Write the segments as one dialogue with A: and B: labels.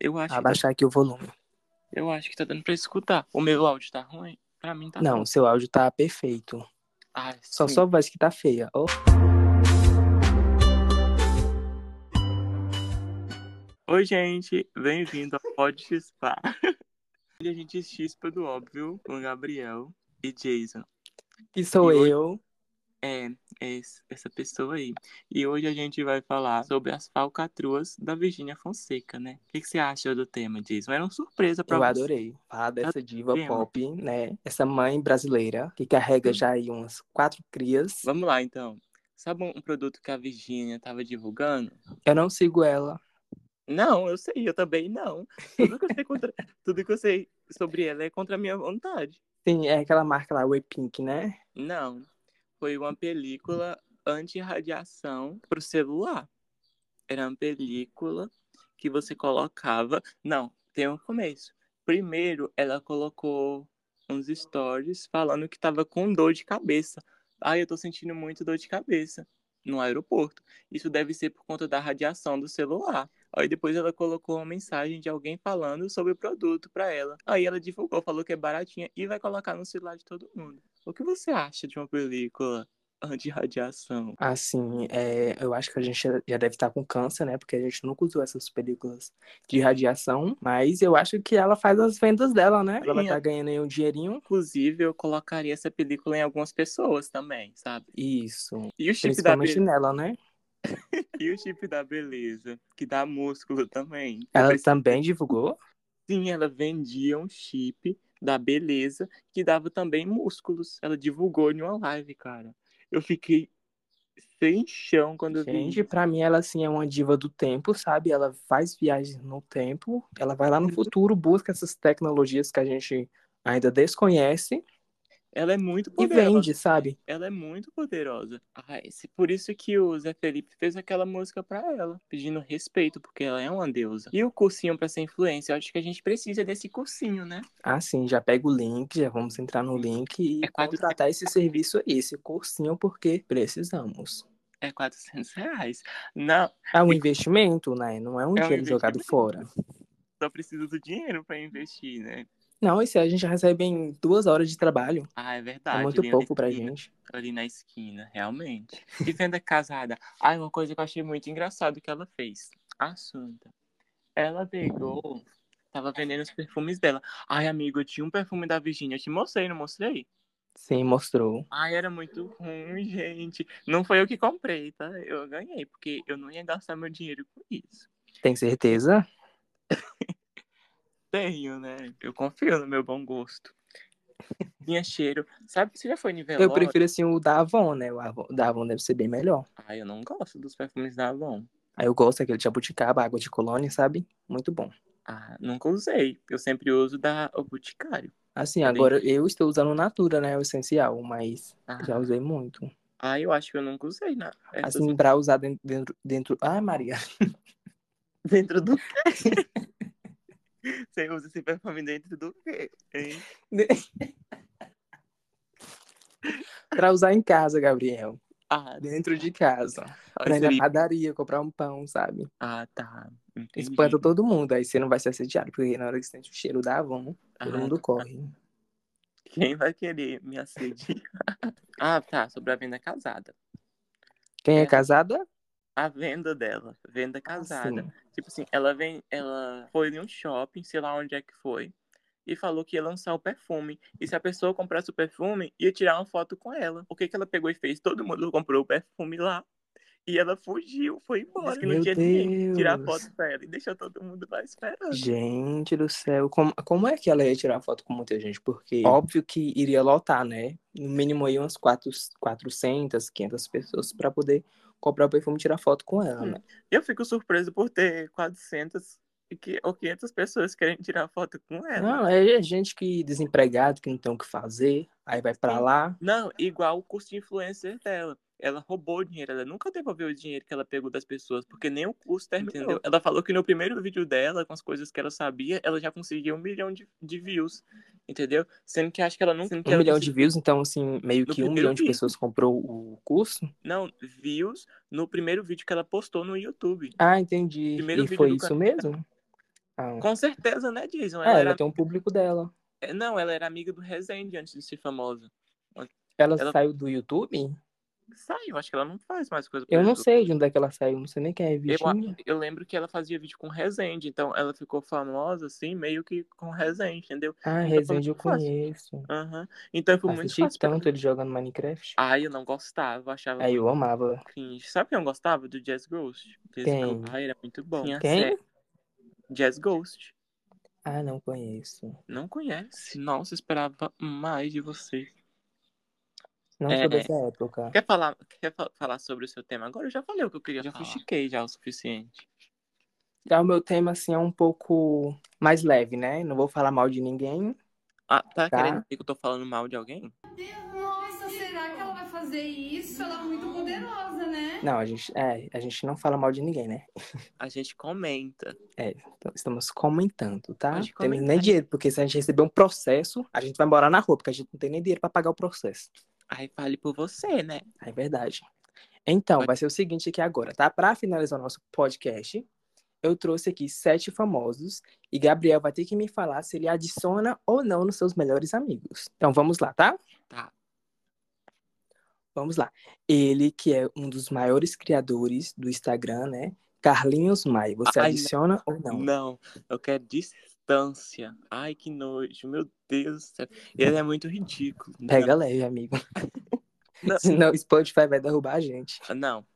A: Eu acho, que, tá,
B: Abaixar aqui o volume.
A: eu acho que tá dando pra escutar. O meu áudio tá ruim? Pra mim tá
B: Não,
A: bom.
B: seu áudio tá perfeito.
A: Ah,
B: Só
A: sim.
B: sua voz que tá feia. Ó,
A: Oi, gente. Bem-vindo ao Pod Xpa. Hoje a gente xispa do óbvio com Gabriel e Jason.
B: que sou
A: E hoje-
B: eu.
A: É, é esse- essa pessoa aí. E hoje a gente vai falar sobre as falcatruas da Virgínia Fonseca, né? O que, que você acha do tema, Jason? Era uma surpresa pra
B: Eu
A: você. tá
B: adorei. Falar dessa diva
A: tema.
B: pop, né? Essa mãe brasileira que carrega já aí umas quatro crias.
A: Vamos lá, então. Sabe um produto que a Virgínia tava divulgando?
B: Eu não sigo ela.
A: Não, eu sei, eu também não. Tudo que eu sei, contra- tudo que eu sei sobre ela é contra a minha vontade.
B: Sim, é aquela marca lá, Way Pink, né?
A: Não, foi uma película anti-radiação pro celular. Era uma película que você colocava. Não, tem um começo. Primeiro, ela colocou uns stories falando que tava com dor de cabeça. Ai, eu tô sentindo muito dor de cabeça no aeroporto. Isso deve ser por conta da radiação do celular. Aí depois ela colocou uma mensagem de alguém falando sobre o produto pra ela. Aí ela divulgou, falou que é baratinha e vai colocar no celular de todo mundo. O que você acha de uma película anti-radiação?
B: Assim, é, eu acho que a gente já- já deve estar com câncer, né? Porque a gente nunca usou essas películas de radiação. Mas eu acho que ela faz as vendas dela, né? Ela vai
A: Sim,
B: estar
A: é.
B: ganhando aí um dinheirinho.
A: Inclusive, eu colocaria essa película em algumas pessoas também, sabe?
B: Isso.
A: E o chip, da,
B: Principalmente
A: be-
B: nela, né?
A: e o chip da beleza, que dá músculo também. Tipo,
B: Ela também divulgou.
A: Sim, ela vendia um chip da beleza que dava também músculos. Ela divulgou em uma live, cara. Eu fiquei sem chão quando eu vi.
B: Gente, pra mim ela assim é uma diva do tempo, sabe? Ela faz viagens no tempo, ela vai
A: Uhum.
B: lá no futuro, busca essas tecnologias que a gente ainda desconhece
A: Ela é muito
B: e
A: poderosa.
B: vende, sabe?
A: Ela é muito poderosa. Ah, esse- por isso que o Zé Felipe fez aquela música pra ela, pedindo respeito, porque ela é uma deusa. E o cursinho pra ser influência, eu acho que a gente precisa desse cursinho, né?
B: Assim, já pega o link, já vamos entrar no link e
A: É quatro-
B: contratar esse serviço aí, esse cursinho, porque precisamos.
A: É 400 reais. Não,
B: É um investimento, né? Não é um
A: É um
B: dinheiro jogado
A: investimento.
B: fora.
A: só precisa do dinheiro pra investir, né?
B: Não, isso aí a gente recebe em duas horas de trabalho.
A: Ah, é
B: É
A: verdade.
B: muito
A: ali na
B: pouco pra
A: esquina-
B: gente.
A: Ali na esquina, realmente. E venda casada. Ah, uma coisa que eu achei muito engraçado que ela fez. Assunta. Ela pegou, tava vendendo os perfumes dela. Ai, amigo, eu tinha um perfume da Virgínia. Eu te mostrei, não mostrei?
B: Sim, mostrou.
A: Ai, era muito ruim, gente. Não foi eu que comprei, tá? Eu ganhei, porque eu não ia gastar meu dinheiro com isso.
B: Tem certeza?
A: Tenho, né? Eu confio no meu bom gosto. Tinha cheiro. Sabe, você já foi em velório?
B: Eu prefiro assim o da Avon, né? O Avon- o da Avon deve ser bem melhor.
A: Ai, eu não gosto dos perfumes da Avon.
B: Aí eu gosto daquele de jabuticaba, água de colônia, sabe? Muito bom.
A: Ah, nunca usei. Eu sempre uso da o Boticário.
B: Assim,
A: Também.
B: agora eu estou usando o Natura, né? O essencial, mas
A: Ah,
B: já usei muito.
A: ah, eu acho que eu nunca usei, né? Essas-
B: Assim, pra usar dentro. dentro, dentro... Ah, Maria.
A: Dentro do quê? Você usa esse perfume dentro do quê? Hein?
B: pra usar em casa, Gabriel.
A: Ah,
B: Dentro de casa. Pra ir na
A: seria-
B: padaria, comprar um pão, sabe?
A: ah, tá. Entendi.
B: Espanta todo mundo. Aí você não vai ser assediado, porque na hora que você sente o cheiro da Avon, todo
A: Ah,
B: mundo corre.
A: Quem vai querer me assediar? ah, tá. Sobre a venda casada.
B: Quem é
A: É.
B: casada?
A: A venda dela. Venda casada.
B: Ah, Sim.
A: Tipo assim, ela vem. Ela foi em um shopping, sei lá onde é que foi. E falou que ia lançar o perfume. E se a pessoa comprasse o perfume, ia tirar uma foto com ela. O que, que ela pegou e fez? Todo mundo comprou o perfume lá. E ela fugiu, foi embora.
B: Meu
A: Não tinha ninguém
B: Deus.
A: tirar foto pra ela. E deixou todo mundo lá esperando.
B: Gente do céu, como, como é que ela ia tirar foto com muita gente? Porque óbvio que iria lotar, né? No mínimo aí umas 4, 400, 500 pessoas pra poder comprar o perfume e tirar foto com ela, né?
A: Eu fico surpreso por ter 400 e que- ou 500 pessoas querendo tirar foto com ela.
B: Não, é gente que desempregado, que não tem o que fazer, aí vai pra
A: Sim.
B: lá.
A: Não, igual o curso de influencer dela. Ela roubou o dinheiro, ela nunca devolveu o dinheiro que ela pegou das pessoas, porque nem o curso terminou.
B: Entendeu?
A: Ela falou que no primeiro vídeo dela, com as coisas que ela sabia, ela já conseguiu um milhão de, de views, entendeu? Sendo que acho que ela nunca...
B: Um milhão de views, então assim, meio
A: No
B: que um
A: primeiro
B: milhão de
A: vídeo.
B: pessoas comprou o curso.
A: Não, views no primeiro vídeo que ela postou no YouTube.
B: Ah, entendi.
A: Primeiro
B: e
A: vídeo
B: foi
A: do
B: isso
A: canal.
B: mesmo? Ah,
A: Com certeza, né, Jason?
B: é,
A: Ela
B: ela
A: era...
B: tem um público dela.
A: é, Não, ela era amiga do Rezende antes de ser famosa.
B: Ela,
A: Ela-
B: saiu do YouTube?
A: Saiu, acho que ela não faz mais coisa pro
B: Eu não
A: YouTube.
B: sei de onde é que ela saiu, não sei nem quem é Virginia.
A: Eu, eu lembro que ela fazia vídeo com Rezende, então ela ficou famosa, assim, meio que com Rezende, entendeu? foi
B: Ah, Resende eu
A: muito fácil.
B: conheço.
A: Aham. Então foi muito
B: Assisti
A: fácil. pra-
B: tanto ele jogando Minecraft.
A: Ai, eu não gostava, achava
B: Aí eu amava.
A: cringe. Sabe quem eu gostava do Jazz Ghost? Jazz
B: Quem?
A: Ghost. Ai, era muito bom. Tinha
B: Quem?
A: sé- Jazz Ghost.
B: Ah, não conheço.
A: Não conhece? Nossa, esperava mais de você.
B: Não
A: É.
B: sou dessa época.
A: Quer falar, quer fa- falar sobre o seu tema agora? Eu já falei o que eu queria. Já fistiquei já o suficiente.
B: Já o meu tema, assim, é um pouco mais leve, né? Não vou falar mal de ninguém.
A: Ah, tá,
B: Tá.
A: querendo dizer que eu tô falando mal de alguém?
C: Nossa, será que ela vai fazer isso? Ela é muito poderosa, né?
B: Não, a gente, é, a gente não fala mal de ninguém, né?
A: A gente comenta.
B: Então, Estamos comentando, tá?
A: Pode
B: Não temos
A: comentar.
B: nem dinheiro, porque se a gente receber um processo, a gente vai morar na rua, porque a gente não tem nem dinheiro pra pagar o processo.
A: Aí fale por você, né?
B: É verdade. Então,
A: Pode-
B: vai ser o seguinte aqui agora, tá? Pra finalizar o nosso podcast, eu trouxe aqui sete famosos e Gabriel vai ter que me falar se ele adiciona ou não nos seus melhores amigos. Então, vamos lá, tá?
A: Tá.
B: Vamos lá. Ele que é um dos maiores criadores do Instagram, né? Carlinhos Maia. Você
A: Ai,
B: adiciona ou
A: Não,
B: não?
A: eu quero distância. Ai, que nojo. Meu Deus do céu. Ele é muito ridículo. né?
B: Pega leve, amigo.
A: Não.
B: Senão o Spotify vai derrubar a gente.
A: Não, Ah, não.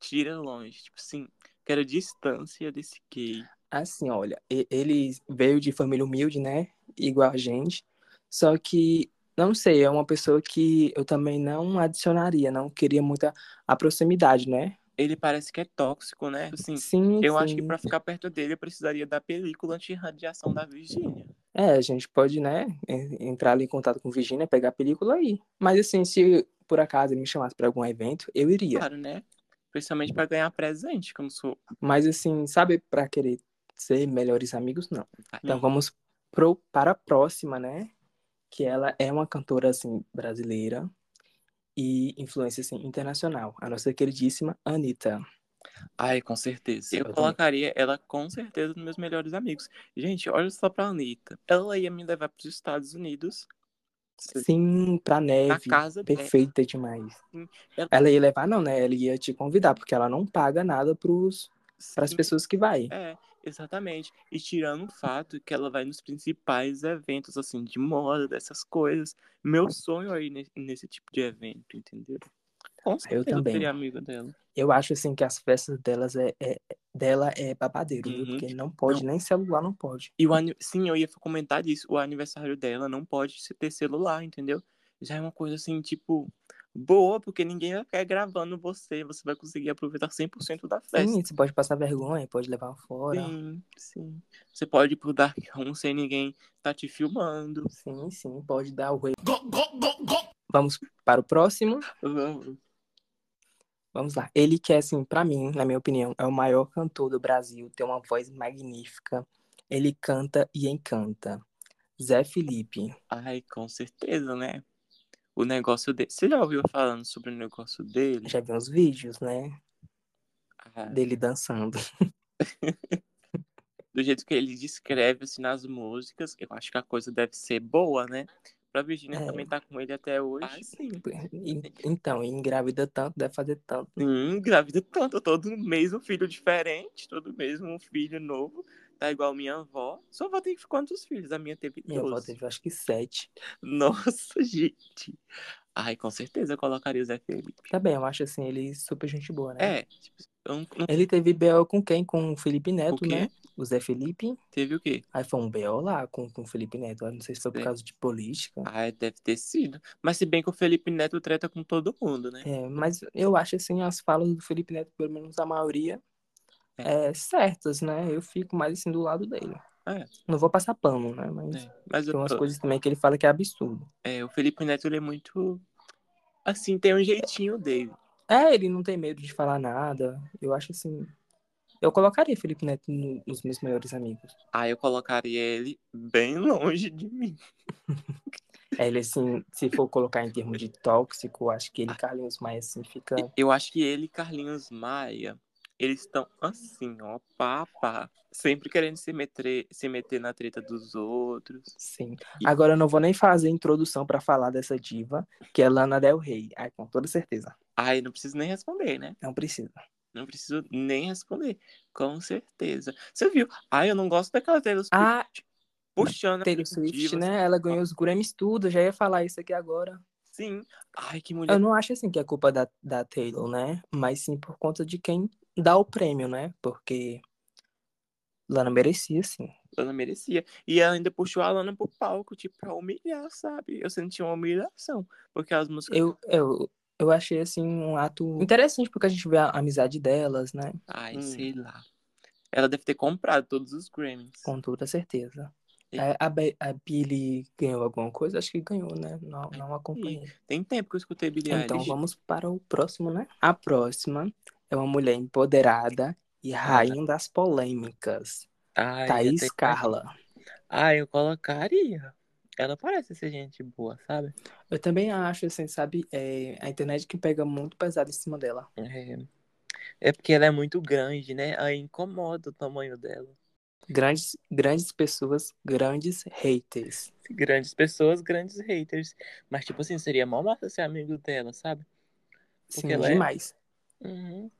A: Tira longe. Tipo assim, quero distância desse gay.
B: Assim, olha, e- ele veio de família humilde, né? Igual a gente. Só que, não sei, é uma pessoa que eu também não adicionaria, não queria muita a proximidade, né?
A: Ele parece que é tóxico, né? Tipo Assim,
B: Sim,
A: eu
B: sim.
A: acho que pra ficar perto dele eu precisaria da película anti-radiação da Virgínia.
B: É, a gente pode, né, en- entrar ali em contato com Virginia, pegar a película aí. Mas assim, se por acaso ele me chamasse pra algum evento, eu iria.
A: Claro, né? Principalmente pra ganhar presente, como sou.
B: Mas assim, sabe, pra querer ser melhores amigos, não. Então vamos pro, para a próxima, né? Que ela é uma cantora assim brasileira e influência assim internacional. A nossa queridíssima Anitta.
A: Ai, com certeza. Eu
B: Eu também.
A: colocaria ela com certeza nos meus melhores amigos. Gente, olha só pra Anitta. Ela ia me levar pros Estados Unidos.
B: Sim, pra
A: Na
B: neve.
A: casa dela.
B: Perfeita demais.
A: né? Sim, ela-
B: Ela ia levar, não, né? Ela ia te convidar, porque ela não paga nada pros, pras
A: Sim,
B: pessoas que vai.
A: É, exatamente. E tirando o fato que ela vai nos principais eventos, assim, de moda, dessas coisas. Meu sonho aí nesse, nesse tipo de evento, entendeu? Com certeza
B: também.
A: eu seria amigo dela.
B: Eu acho assim que as festas delas é, é- dela é babadeiro, viu?
A: Uhum.
B: Porque não pode, nem celular não pode.
A: E o ani- sim, eu ia comentar disso. O aniversário dela não pode se ter celular, entendeu? Já é uma coisa assim, tipo, boa, porque ninguém vai ficar gravando você. Você vai conseguir aproveitar 100% da festa.
B: Sim, você pode passar vergonha, pode levar fora.
A: Sim, sim. Você pode ir pro Dark Room sem ninguém tá te filmando.
B: Sim, sim, pode dar o rei. Vamos para o próximo.
A: Vamos.
B: Vamos lá. Ele que é, assim, pra mim, na minha opinião, é o maior cantor do Brasil, tem uma voz magnífica. Ele canta e encanta. Zé Felipe.
A: Ai, com certeza, né? O negócio dele. Você já ouviu falando sobre o negócio dele?
B: Já vi uns vídeos, né?
A: Ah,
B: Dele dançando.
A: do jeito que ele descreve assim nas músicas, eu acho que a coisa deve ser boa, né? Pra Virginia
B: É.
A: também tá com ele até hoje. Ai, Ah, sim.
B: E- então, e engravida tanto, deve fazer tanto.
A: Sim, engravida tanto, todo mês um filho diferente, todo mês um filho novo. Tá igual minha avó. Sua avó tem quantos filhos? A minha teve
B: Minha avó
A: 12.
B: teve, acho que sete.
A: Nossa, gente. Ai, com certeza eu colocaria o Zé Felipe.
B: Tá bem, eu acho assim, ele super gente boa, né?
A: É, tipo, eu não- não-
B: Ele teve BO com quem? Com o Felipe Neto,
A: quê?
B: né? O Zé Felipe.
A: teve o quê?
B: Aí foi um BO lá com, com o Felipe Neto. Eu não sei se foi por
A: Sim.
B: causa de política.
A: Ah, deve ter sido. Mas se bem que o Felipe Neto treta com todo mundo, né?
B: É, mas eu acho assim, as falas do Felipe Neto, pelo menos a maioria, é, certas, né? Eu fico mais assim do lado dele.
A: É.
B: Não vou passar pano, né? Mas
A: É, Mas
B: tem
A: o,
B: umas coisas também que ele fala que é absurdo.
A: é, o Felipe Neto, ele é muito... Assim, tem um jeitinho dele.
B: É, ele não tem medo de falar nada. Eu acho assim. Eu colocaria Felipe Neto no- nos meus melhores amigos.
A: Ah, eu colocaria ele bem longe de mim.
B: Ele, assim, se for colocar em termos de tóxico, acho que ele, Carlinhos Maia, assim, fica.
A: Eu acho que ele e Carlinhos Maia, Eles estão assim, ó, pá, pá. Sempre querendo se meter, se meter na treta dos outros.
B: Sim. Agora eu não vou nem fazer introdução pra falar dessa diva, que é Lana Del Rey. Ai, com toda certeza.
A: Ai, não preciso nem responder, né?
B: Não precisa.
A: Não preciso nem responder. Com certeza. Você viu? Ai, eu não gosto daquela Taylor Swift
B: Ah,
A: puxando assim.
B: Taylor
A: as
B: Swift,
A: divas.
B: né? Ela ganhou os Grammys tudo, já ia falar isso aqui agora.
A: Sim. Ai, que mulher.
B: Eu não acho assim que é culpa da, da Taylor, né? Mas sim por conta de quem dá o prêmio, né? Porque Lana merecia, sim.
A: Lana merecia. E ela ainda puxou a Lana pro palco, tipo, pra humilhar, sabe? Eu senti uma humilhação. Porque as músicas.
B: Eu, eu, eu achei assim um ato interessante porque a gente vê a amizade delas, né?
A: Ai,
B: Hum.
A: sei lá. Ela deve ter comprado todos os Grammys.
B: Com toda certeza. É,
A: E-
B: A, a, Be- a Billie ganhou alguma coisa? Acho que ganhou, né? Não, não acompanhei.
A: Tem tempo que eu escutei Billie
B: Então
A: Eilish.
B: vamos para o próximo, né? A próxima é uma mulher empoderada e rainha das polêmicas.
A: Ai,
B: Thaís
A: até-
B: Carla.
A: Ai, eu colocaria. Ela parece ser gente boa, sabe?
B: Eu também acho, assim, sabe? É, a internet que pega muito pesado em cima dela.
A: É... é porque ela é muito grande, né? Aí incomoda o tamanho dela.
B: Grandes, grandes pessoas, grandes haters.
A: Grandes pessoas, grandes haters. Mas, tipo assim, seria mó massa ser amigo dela, sabe?
B: Sim,
A: Porque ela é-
B: demais.
A: Uhum.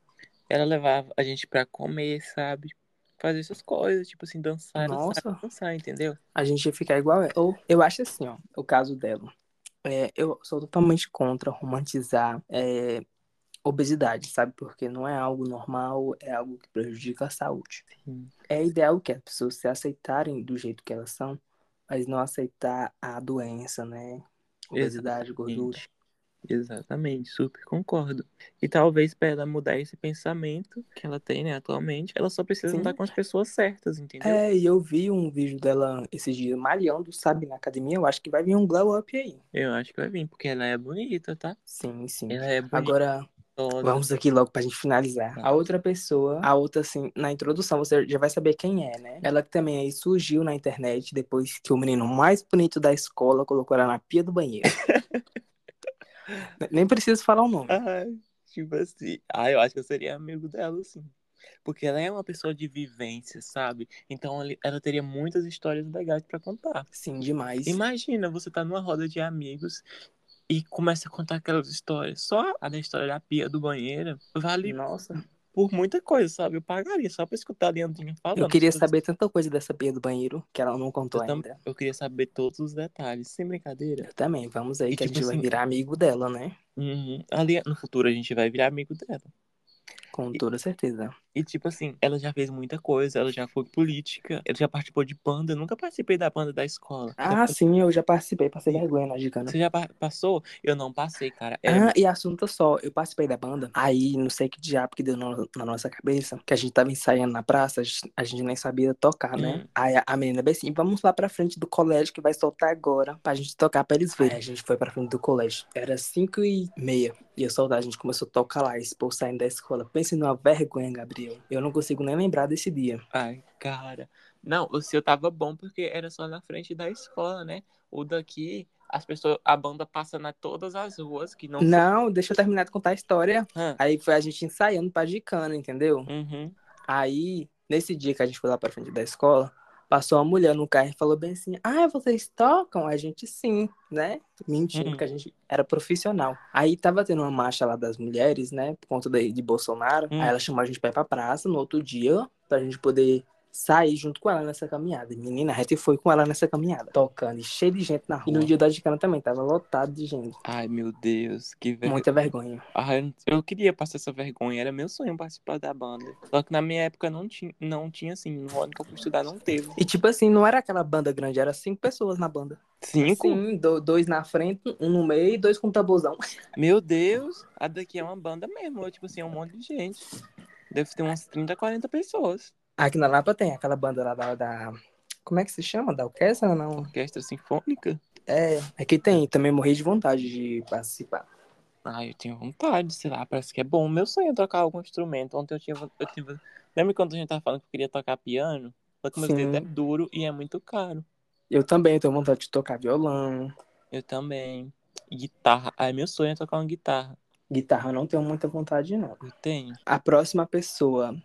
A: Ela levava a gente pra comer, sabe? Fazer essas coisas, tipo assim, dançar,
B: Nossa.
A: dançar, dançar, entendeu?
B: A gente ia ficar igual ela. Ou, eu acho assim, ó, o caso dela. É, eu sou totalmente contra romantizar é, obesidade, sabe? Porque não é algo normal, é algo que prejudica a saúde.
A: Sim.
B: É ideal que as pessoas se aceitarem do jeito que elas são, mas não aceitar a doença, né? Obesidade,
A: Exatamente.
B: gordura.
A: Exatamente, super concordo. E talvez pra ela mudar esse pensamento que ela tem, né, atualmente, ela só precisa
B: Sim.
A: andar com as pessoas certas, entendeu?
B: É, e eu vi um vídeo dela esses dias malhando, sabe, na academia. Eu acho que vai vir um glow up aí.
A: Eu acho que vai vir, porque ela é bonita, tá?
B: Sim, sim.
A: Ela é bonitosa.
B: Agora, Vamos aqui logo pra gente finalizar.
A: Tá.
B: A outra pessoa, a outra, assim, na introdução, você já vai saber quem é, né? Ela que também aí surgiu na internet depois que o menino mais bonito da escola colocou ela na pia do banheiro. Nem preciso falar o nome.
A: Ai, tipo assim. Ah, eu acho que eu seria amigo dela, sim. Porque ela é uma pessoa de vivência, sabe? Então ele- ela teria muitas histórias legais pra contar.
B: Sim, demais.
A: Imagina, você tá numa roda de amigos e começa a contar aquelas histórias. Só a da história da pia do banheiro vale
B: Nossa.
A: por muita coisa, sabe? Eu pagaria só pra escutar a Leandrinha falando.
B: Eu queria
A: Eu-
B: saber tanta coisa dessa pia do banheiro que ela não contou
A: Eu tam-
B: ainda.
A: Eu queria saber todos os detalhes, sem brincadeira.
B: Eu também. Vamos aí
A: E
B: que a
A: tipo
B: gente vai
A: assim-
B: virar amigo dela, né?
A: Uhum. Ali, no futuro a gente vai virar amigo dela.
B: Com toda certeza.
A: E tipo assim, ela já fez muita coisa, ela já foi política, ela já participou de banda, eu nunca participei da banda da escola.
B: Ah, sim, eu já participei. Passei vergonha na gigana.
A: Você já pa- passou? Eu não passei, cara. É,
B: Ah, e assunto só, eu participei da banda, aí não sei que diabo que deu no- na nossa cabeça, que a gente tava ensaiando na praça, a gente, a gente nem sabia tocar, né?
A: Hum.
B: Aí a, a menina bem assim, vamos lá pra frente do colégio que vai soltar agora, pra gente tocar pra eles verem. Aí a gente foi pra frente do colégio, era 5 e meia, ia soltar, a gente começou a tocar lá, expor saindo da escola. Pensa numa vergonha, Gabriel, eu não consigo nem lembrar desse dia.
A: Ai, cara. Não, o seu tava bom porque era só na frente da escola, né? O daqui, as pessoas, a banda passa na todas as ruas que não.
B: Não, deixa eu terminar de contar a história.
A: Ah.
B: Aí foi a gente ensaiando pra Gicana, entendeu?
A: Uhum.
B: Aí, nesse dia que a gente foi lá pra frente da escola, passou uma mulher no carro e falou bem assim: Ah, vocês tocam? A gente sim, né? Mentindo
A: Uhum.
B: que a gente era profissional. Aí tava tendo uma marcha lá das mulheres, né? Por conta de, de Bolsonaro.
A: Hum.
B: Aí ela chamou a gente pra ir pra praça no outro dia, pra gente poder sair junto com ela nessa caminhada. Menina, a gente foi com ela nessa caminhada, tocando e cheio de gente na rua. E no dia da Gicana também, tava lotado de gente.
A: Ai, meu Deus, que vergonha.
B: Muita vergonha.
A: Ai, eu não- eu queria passar essa vergonha, era meu sonho participar da banda. Só que na minha época não tinha, não tinha assim, no ano que eu fui estudar não teve.
B: E tipo assim, não era aquela banda grande, era cinco pessoas na banda.
A: Cinco?
B: Sim, do- dois na frente, um no meio e dois com taburzão.
A: Meu Deus, a daqui é uma banda mesmo, é, tipo assim, é um monte de gente. Deve ter umas 30, 40 pessoas.
B: Aqui na Lapa tem aquela banda lá da. da- Como é que se chama? Da orquestra? Não.
A: Orquestra sinfônica?
B: É, aqui tem. Também morri de vontade de participar.
A: Ai, eu tenho vontade, sei lá, parece que é bom. Meu sonho é tocar algum instrumento. Ontem eu tinha, von- eu tive- Lembra quando a gente tava falando que eu queria tocar piano? Só que meu
B: Sim.
A: dedo é duro e é muito caro.
B: Eu também tenho vontade de tocar violão.
A: Eu também. Guitarra. Ai, meu sonho é tocar uma guitarra.
B: Guitarra eu não tenho muita vontade, não.
A: Eu tenho.
B: A próxima pessoa,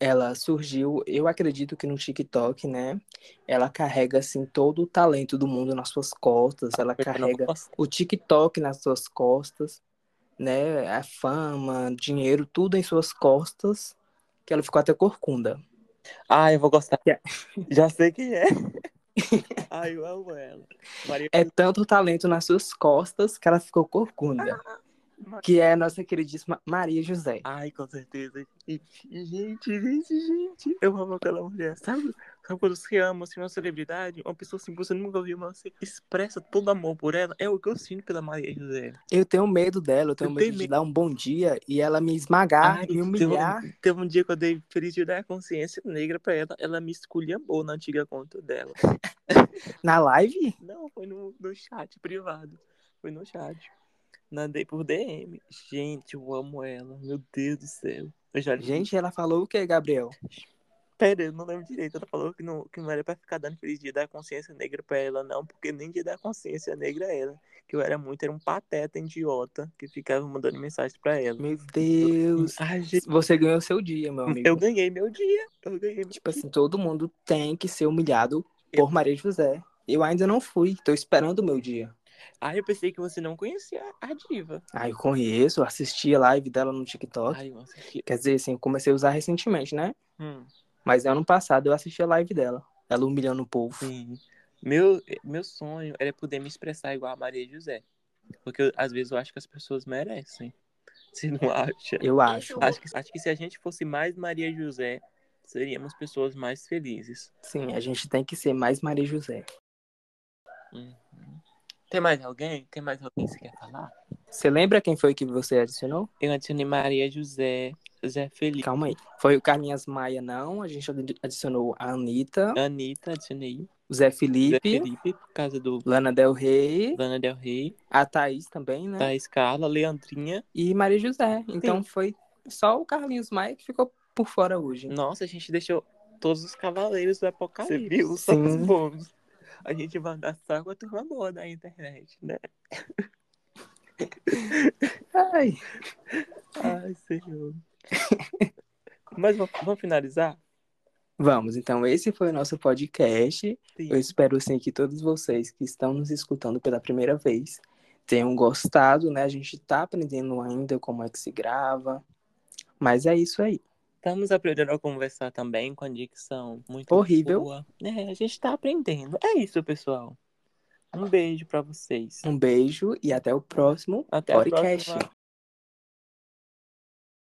B: ela surgiu, eu acredito que no TikTok, né? Ela carrega, assim, todo o talento do mundo nas suas costas. Ela
A: Eu não
B: carrega
A: posso.
B: o TikTok nas suas costas, né? A fama, dinheiro, tudo em suas costas. Que ela ficou até corcunda.
A: Ah, eu vou gostar.
B: Yeah.
A: Já sei quem é. Ai, eu amo ela. Maria
B: É tanto talento nas suas costas que ela ficou corcunda. Que é a nossa queridíssima Maria José.
A: Ai, com certeza. E, e, gente, gente, gente, eu amo aquela mulher. Sabe, sabe quando você ama assim, uma celebridade? Uma pessoa assim que você nunca viu, mas você expressa todo amor por ela. É o que eu sinto pela Maria José.
B: Eu tenho medo dela, eu tenho
A: Eu
B: medo
A: tenho
B: de
A: medo.
B: dar um bom dia e ela me esmagar,
A: Ai,
B: me humilhar.
A: Teve, teve um dia que eu dei frígio da consciência negra pra ela. Ela me esculhambou na antiga conta dela.
B: Na live?
A: Não, foi no, no chat privado. Foi no chat. Mandei por DM. Gente, eu amo ela. Meu Deus do céu. Eu já
B: Gente, ela falou o que, Gabriel?
A: Pera, eu não lembro direito. Ela falou que não, que não era pra ficar dando feliz dia da consciência negra pra ela, não, porque nem dia da consciência negra a ela. Que eu era muito, era um pateta idiota que ficava mandando mensagem pra ela.
B: Meu Deus.
A: Ai, gente,
B: Você ganhou seu dia, meu amigo.
A: eu ganhei meu dia. Eu ganhei meu
B: Tipo assim, todo mundo tem que ser humilhado por Maria José. Eu ainda não fui, tô esperando o meu dia.
A: Ai, eu pensei que você não conhecia a diva.
B: Ah, eu conheço, eu assisti a live dela no TikTok.
A: Ai, eu assisti.
B: Quer dizer, assim, eu comecei a usar recentemente, né?
A: Hum,
B: Mas ano passado eu assisti a live dela. Ela humilhando o povo.
A: sim. Meu, meu sonho era poder me expressar igual a Maria José. Porque eu- às vezes eu acho que as pessoas merecem. Você não acha?
B: Eu acho.
A: Acho que, acho que se a gente fosse mais Maria José, seríamos pessoas mais felizes.
B: Sim, a gente tem que ser mais Maria José.
A: Uhum. Tem mais alguém? Tem mais alguém que você quer falar?
B: Você lembra quem foi que você adicionou?
A: Eu adicionei Maria José, Zé Felipe,
B: Calma aí. Foi o Carlinhos Maia, não. A gente adi- adicionou a Anitta,
A: Anitta, adicionei
B: o Zé
A: Zé
B: Felipe,
A: Felipe, por causa do
B: Lana Del Rey,
A: Lana Del Rey,
B: a Thaís também, né?
A: da Escala, Leandrinha.
B: E Maria José. Então foi só o Carlinhos Maia que ficou por fora hoje.
A: Nossa, a gente deixou todos os cavaleiros do Apocalipse.
B: Você viu? Só os
A: bons. A gente vai andar só com a turma boa da internet, né?
B: Ai.
A: Ai, senhor. Mas vamos, vamos finalizar?
B: Vamos, então esse foi o nosso podcast.
A: Sim.
B: Eu espero assim que todos vocês que estão nos escutando pela primeira vez tenham gostado, né? A gente tá aprendendo ainda como é que se grava. Mas é isso aí.
A: Estamos aprendendo a conversar também com a dicção muito
B: Horrível.
A: boa. É, a gente tá aprendendo. É isso, pessoal. Um beijo pra vocês.
B: Um beijo e até o próximo
A: Até a
B: podcast.
A: próxima.